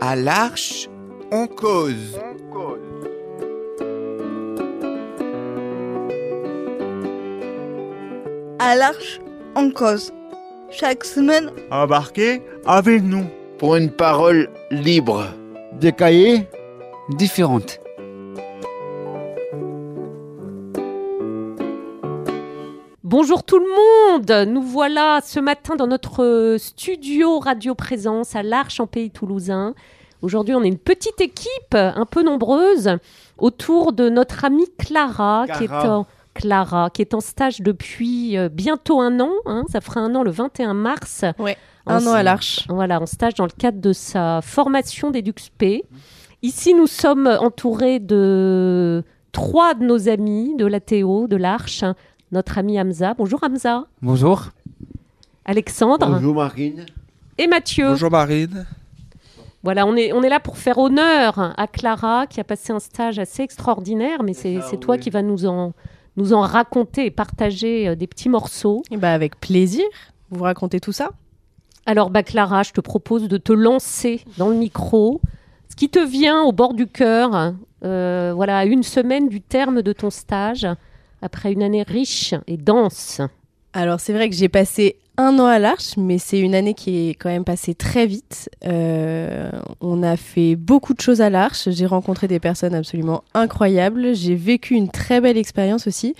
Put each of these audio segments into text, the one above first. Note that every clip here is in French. À l'arche, on cause. à l'Arche en cause. Chaque semaine, Embarquez avec nous. pour une parole libre. Des cahiers différentes. Bonjour tout le monde Nous voilà ce matin dans notre euh, studio Radio Présence à l'Arche en Pays Toulousain. Aujourd'hui, on est une petite équipe, euh, un peu nombreuse, autour de notre amie Clara, qui est Clara. en Clara, qui est en stage depuis euh, bientôt un an. hein, ça fera un an le 21 mars. Ouais, En Un an à l'arche. voilà, en stage dans le cadre de sa formation d'EduxP. Ici, nous sommes entourés de trois de nos amis de la Théo, de l'Arche. Notre ami Hamza. Bonjour Hamza. Bonjour. Alexandre Bonjour Marine. et Mathieu. Bonjour Marine. Voilà, on est, on est là pour faire honneur à Clara qui a passé un stage assez extraordinaire, mais c'est ça, c'est toi oui. qui vas nous en, nous en raconter et partager euh, des petits morceaux. Et bah avec plaisir. Vous racontez tout ça Alors, bah, Clara, je te propose de te lancer dans le micro. Ce qui te vient au bord du cœur, euh, voilà, à une semaine du terme de ton stage, après une année riche et dense. Alors c'est vrai que j'ai passé un an à l'arche, mais c'est une année qui est quand même passée très vite. Euh, on a fait beaucoup de choses à l'arche, j'ai rencontré des personnes absolument incroyables, j'ai vécu une très belle expérience aussi,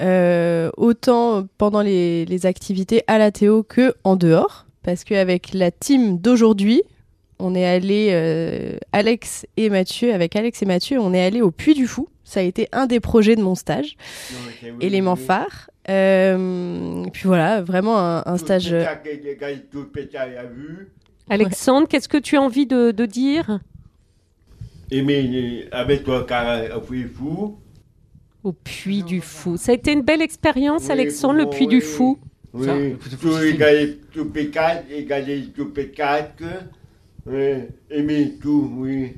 Euh, autant pendant les, les activités à la Théo que en dehors, parce qu'avec la team d'aujourd'hui, on est allé, euh, Alex et Mathieu, avec Alex et Mathieu, on est allé au Puy du Fou. Ça a été un des projets de mon stage élément phare. Euh, puis voilà, vraiment un, un stage. euh, Alexandre, qu'est-ce que tu as envie de, de dire Aimer avec toi car puis fou. au Puy du Fou Ça a été une belle expérience, Alexandre, le Puy du Fou. Oui, Ça, tout égal tout pécat, égal tout pécat. Oui, aimer tout, oui.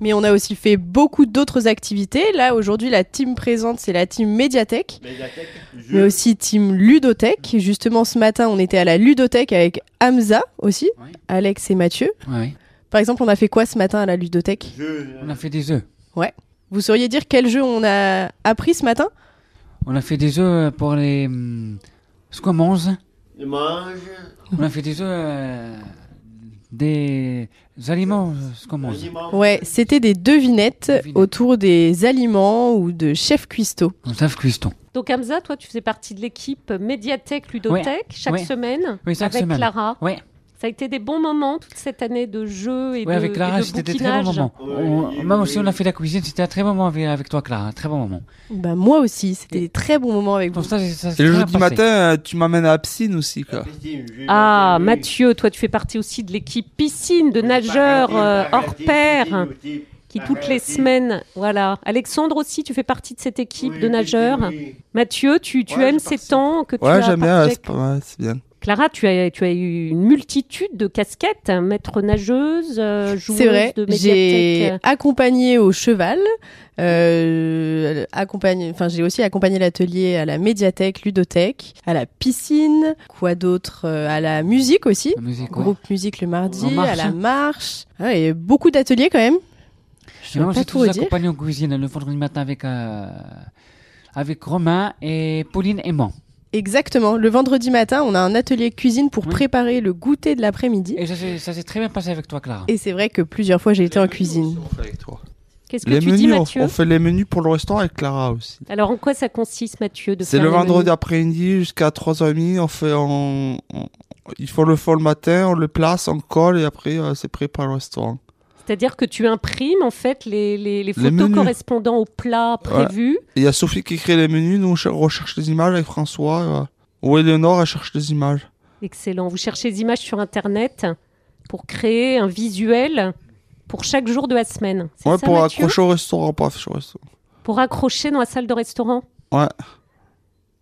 Mais on a aussi fait beaucoup d'autres activités. Là, aujourd'hui, la team présente, c'est la team médiathèque, Mais la tête, je- mais aussi team ludothèque. Justement, ce matin, on était à la ludothèque avec Hamza aussi, Ouais. Alex et Mathieu. Ouais, ouais. Par exemple, on a fait quoi ce matin à la ludothèque je- On a fait des œufs. Vous sauriez dire quel jeu on a appris ce matin On a fait des œufs euh, pour les hum, squamanges. je mange, On a fait des œufs euh, des aliments euh, squamanges. je mange. Ouais, c'était des devinettes Devinettes. autour des aliments ou de chefs cuistots. On savent cuiston. Donc Hamza, toi, tu faisais partie de l'équipe médiathèque ludothèque chaque ouais. semaine Oui, chaque avec semaine. Clara. Ouais. Ça a été des bons moments toute cette année de jeux et Oui, de, avec et Clara, de c'était des très bons bouquinage. moments. On- Oui, même oui. si on a fait la cuisine, c'était un très bon moment avec, avec toi, Clara. Un très bon moment. Bah, moi aussi, c'était des très bons moments avec Ton vous. stage, ça s'est Et le très jeudi bien passé. matin, euh, tu m'amènes à la piscine aussi, quoi. Piscine, je- Ah, oui. bah, Mathieu, toi, tu fais partie aussi de l'équipe piscine de nageurs euh, hors pair qui toutes les Paradis. semaines, voilà. Alexandre aussi, tu fais partie de cette équipe Oui, de oui, nageurs. oui. Mathieu, tu, tu Ouais, aimes j'ai ces participé. temps que tu as Ouais, j'aime bien, partagé ouais, avec- c'est pas- ouais, c'est bien. Clara, tu as, tu as eu une multitude de casquettes, hein, maître nageuse, euh, joueuse C'est vrai, de j'ai médiathèque. euh. accompagné au cheval, euh, accompagné, enfin j'ai aussi accompagné l'atelier à la médiathèque, ludothèque, à la piscine, quoi d'autre, euh, à la musique aussi, La musique, ouais. groupe musique le En mardi, marche. à la marche, Ouais, et beaucoup d'ateliers quand même. Et Je même, ne pas j'ai tout tous redire. accompagné en cuisine le vendredi matin avec, euh, avec Romain et Pauline Aimant. Exactement, le vendredi matin, on a un atelier cuisine pour Oui. préparer le goûter de l'après-midi. Et ça s'est ça s'est très bien passé avec toi, Clara. Et c'est vrai que plusieurs fois j'ai été en cuisine. Qu'est-ce que Les tu menus, dis, on- Mathieu on fait les menus pour le restaurant avec Clara aussi. Alors, en quoi ça consiste, Mathieu de C'est faire le les menus vendredi après-midi jusqu'à 3h30. On fait en... on- Il faut le faire le matin, on le place, on colle et après euh, c'est prêt par le restaurant. C'est-à-dire que tu imprimes, en fait, les, les, les photos menus. correspondant au plat Ouais. prévu. Et Il y a Sophie qui crée les menus, nous on cher- on cherche les images avec François. euh, Ou Eleonore, elle cherche les images. Excellent. Vous cherchez des images sur Internet pour créer un visuel pour chaque jour de la semaine. C'est Ouais, ça, pour Mathieu accrocher au restaurant, pas afficher au restaurant. Pour accrocher dans la salle de restaurant. Ouais.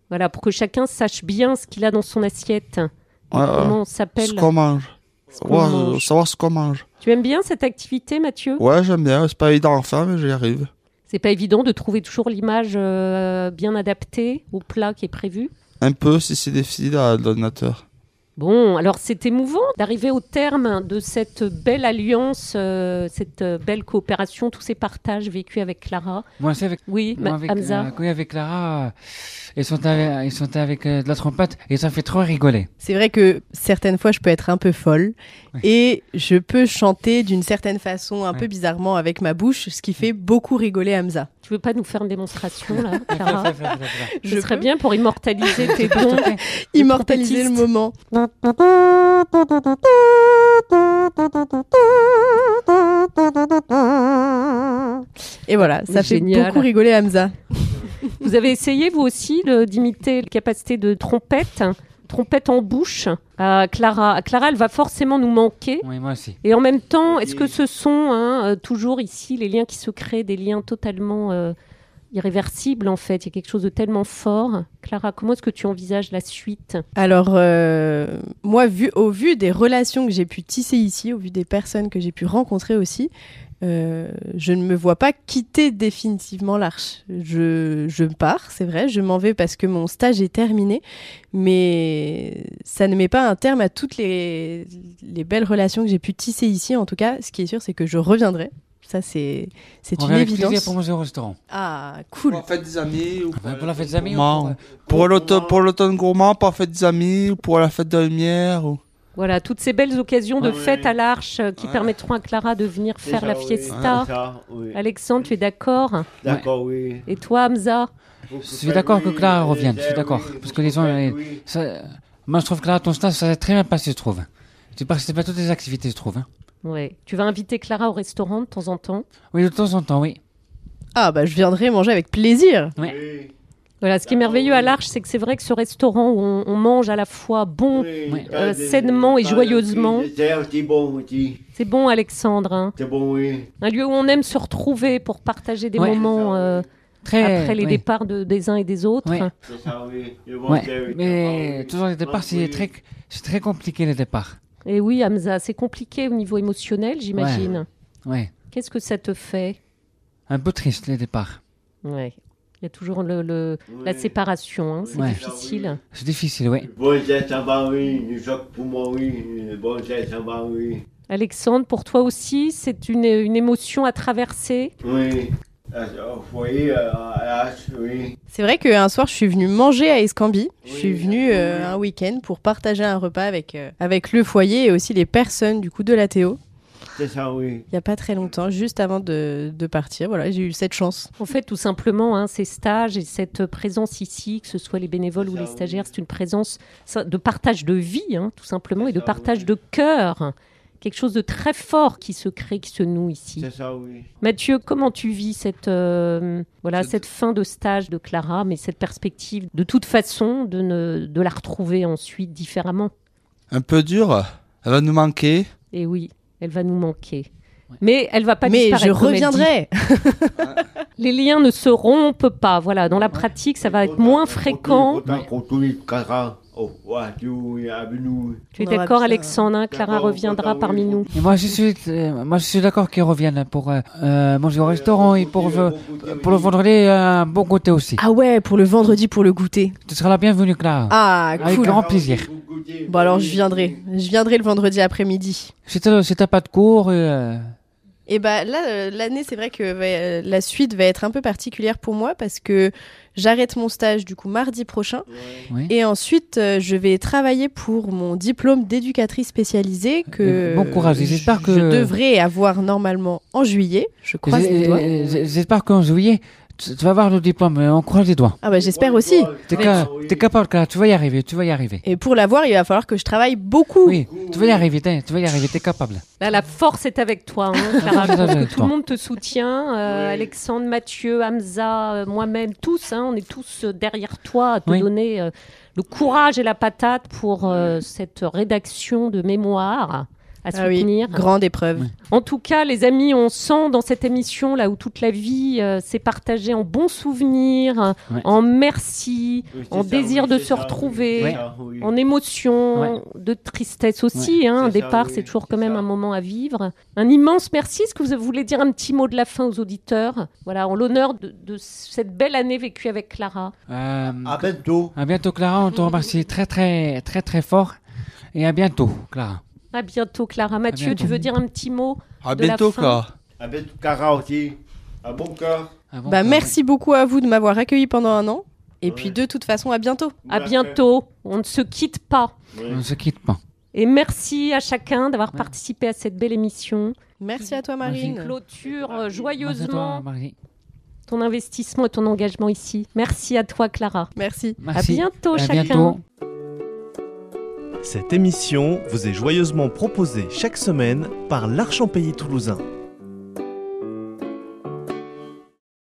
Voilà, pour que chacun sache bien ce qu'il a dans son assiette. et Ouais, ouais. comment on Ah. Ce s'appelle. qu'on mange. ce qu'on Savoir, mange. savoir ce qu'on mange. Tu aimes bien cette activité, Mathieu Ouais, j'aime bien. C'est pas évident à faire, mais j'y arrive. C'est pas évident de trouver toujours l'image euh, bien adaptée au plat qui est prévu. Un peu si c'est difficile à l'ordinateur. Bon, alors c'est émouvant d'arriver au terme de cette belle alliance, euh, cette euh, belle coopération, tous ces partages vécus avec Clara. Moi, c'est avec, Oui, moi, ma- avec, Hamza. euh, oui, avec Clara, euh, ils sont avec, ils sont avec euh, de la trompette et ça fait trop rigoler. C'est vrai que certaines fois, je peux être un peu folle et je peux chanter d'une certaine façon, un Ouais. peu bizarrement, avec ma bouche, ce qui fait beaucoup rigoler Hamza. Tu veux pas nous faire une démonstration là, Clara Je Je serais peux bien pour immortaliser tes dons. immortaliser le trompettiste. moment. Et voilà, ça Oui, fait génial. beaucoup rigoler Hamza. Vous avez essayé vous aussi le- d'imiter les capacités de trompette, hein, trompette en bouche. à Clara, Clara, elle va forcément nous manquer. Oui, moi aussi. Et en même temps, est-ce que Et- ce sont hein, euh, toujours ici les liens qui se créent, des liens totalement euh, irréversibles en fait Il y a quelque chose de tellement fort. Clara, comment est-ce que tu envisages la suite Alors, euh, moi, vu, au vu des relations que j'ai pu tisser ici, au vu des personnes que j'ai pu rencontrer aussi, euh, je ne me vois pas quitter définitivement l'Arche. Je, je pars, c'est vrai, je m'en vais parce que mon stage est terminé, mais ça ne met pas un terme à toutes les, les belles relations que j'ai pu tisser ici. En tout cas, ce qui est sûr, c'est que je reviendrai. Ça, c'est c'est On une vient avec plaisir évidence. pour manger au restaurant. Ah, cool. Pour la fête des amis. Ou Ah ben, pour la fête des amis. Gourmand. ou pour, euh, Pour l'automne, pour l'automne gourmand, pour la fête des amis, ou pour la fête de la lumière. Ou... Voilà, toutes ces belles occasions de Ouais. fête à l'arche euh, qui Ouais. permettront à Clara de venir faire ça, la Ah. oui. Ah. fiesta. C'est ça, oui. Alexandre, tu es d'accord D'accord, oui. Et toi, Hamza Beaucoup suis fait, d'accord que oui. Clara revienne, je suis Eh, d'accord. oui, Parce beaucoup que les gens, fait, euh, oui. ça, euh, moi, je trouve que là, ton stage, ça s'est très bien passé, je trouve. Tu participes à toutes les activités, je trouve. hein. Ouais. Tu vas inviter Clara au restaurant de temps en temps. Oui, de temps en temps, oui. Ah, bah, je viendrai manger avec plaisir. Oui, Voilà, ce qui est D'accord, merveilleux à Ah oui. l'Arche, c'est que c'est vrai que ce restaurant où on, on mange à la fois bon, oui, pas de- Euh, sainement et pas de joyeusement. crise de terre, C'est bon aussi. c'est bon Alexandre, hein. C'est bon, oui. un lieu où on aime se retrouver pour partager des Ouais. moments euh, Très, après les oui. départs de- des uns et des autres. Ouais. C'est ça, oui. Le bon terre, Ouais. c'est bon, Mais oui. toujours les départs, c'est Oui. très, c'est très compliqué les départs. Et oui Hamza, c'est compliqué au niveau émotionnel, j'imagine. Ouais. Qu'est-ce que ça te fait Un peu triste les départs. Ouais. Il y a toujours le, le- la Oui. séparation, hein, c'est Ouais. difficile. C'est difficile, oui. Bon geste en bas, oui. Du choc pour moi, oui. Bon geste en bas, oui. Alexandre, pour toi aussi, c'est une, une émotion à traverser. Oui. Ah, Au foyer, euh, à H, oui. C'est vrai qu'un soir, je suis venue manger à Escambie. je Oui, ah suis venue euh, oui. un week-end pour partager un repas avec, euh, avec le foyer et aussi les personnes du coup de la Théo. C'est ça, oui. Il n'y a pas très longtemps, juste avant de, de partir. Voilà, j'ai eu cette chance. En fait, tout simplement, hein, ces stages et cette présence ici, que ce soit les bénévoles ou Ça, les oui. stagiaires, c'est une présence ça, de partage de vie, hein, tout simplement, et de Ça, partage oui. de cœur. Quelque chose de très fort qui se crée, qui se noue ici. C'est ça, oui. Mathieu, comment tu vis cette, euh, voilà, Cette- cette fin de stage de Clara, mais cette perspective de toute façon de, ne- de la retrouver ensuite différemment Un peu dur. Elle va nous manquer. Et oui, elle va nous manquer. Mais elle va pas Mais disparaître. je comme elle dit. reviendrai. Les liens ne se rompent pas. Voilà, dans la pratique, ça va être moins fréquent. Autant qu'on tourne Clara. Oh, ouais, tu es avec nous. Tu es On aura d'accord, bien- Alexandre hein, Clara D'accord, reviendra autant, parmi oui. nous. Et moi, je suis, euh, moi, je suis d'accord qu'ils reviennent pour euh, euh, manger au restaurant et pour, euh, pour le vendredi, euh, un bon côté aussi. Ah ouais, pour le vendredi, pour le goûter. Tu seras la bienvenue, Clara. Ah, Avec cool. grand plaisir. Bon, alors je viendrai. Je viendrai le vendredi après-midi. Si t'as si t'as pas de cours, euh, Et bah là, euh, l'année, c'est vrai que euh, la suite va être un peu particulière pour moi parce que j'arrête mon stage du coup mardi prochain. oui. Et ensuite, euh, je vais travailler pour mon diplôme d'éducatrice spécialisée que Et Euh, bon courage, et j'espère je- que- je devrais avoir normalement en juillet. Je croise les J'ai- doigts. j'ai- euh, J'espère qu'en juillet, tu, tu vas avoir le diplôme. mais On croise les doigts. Ah bah j'espère aussi. T'es Ah ca- t'es capable, Clara. Tu vas y arriver. Tu vas y arriver. Et pour l'avoir, il va falloir que je travaille beaucoup. Oui, tu vas y arriver. t'es- Tu vas y arriver. T'es capable. Là, la force est avec toi, hein, Clara. Je force est pense avec que tout toi. le monde te soutient. Euh, Oui. Alexandre, Mathieu, Hamza, euh, moi-même, tous. hein, on est tous euh, derrière toi à te Oui. donner euh, le courage et la patate pour euh, cette rédaction de mémoire à Ah oui, soutenir. grande épreuve. Oui. En tout cas, les amis, on sent dans cette émission là où toute la vie euh, s'est partagée en bons souvenirs, Ouais. en merci, en désir de se retrouver, en émotion, Ouais. de tristesse aussi. hein. Mm. un c'est ça, départ, oui, c'est toujours c'est quand même ça. un moment à vivre. Un immense merci. Est-ce que vous voulez dire un petit mot de la fin aux auditeurs Voilà, en l'honneur de, de cette belle année vécue avec Clara. Euh, Ah. À bientôt. à bientôt, Clara. On te remercie très, très, très, très fort. Et à bientôt, Clara. À bientôt, Clara. Mathieu, bientôt. tu veux dire un petit mot À De la bientôt, fin. Clara. Avec Cara aussi. Un bon cœur. Ah bon, Bah, Clara. merci beaucoup à vous de m'avoir accueilli pendant un an. Et puis Ouais. de toute façon, à bientôt. À bientôt. On ne se quitte pas. Ouais. On ne se quitte pas. Et merci à chacun d'avoir Ouais. participé à cette belle émission. Merci à toi, Merci. Marine. Clôture euh, Merci à toi, joyeusement Marie. ton investissement et ton engagement ici. Merci à toi, Clara. Merci. Merci. À bientôt, À chacun. bientôt. Cette émission vous est joyeusement proposée chaque semaine par l'Archempéry toulousain.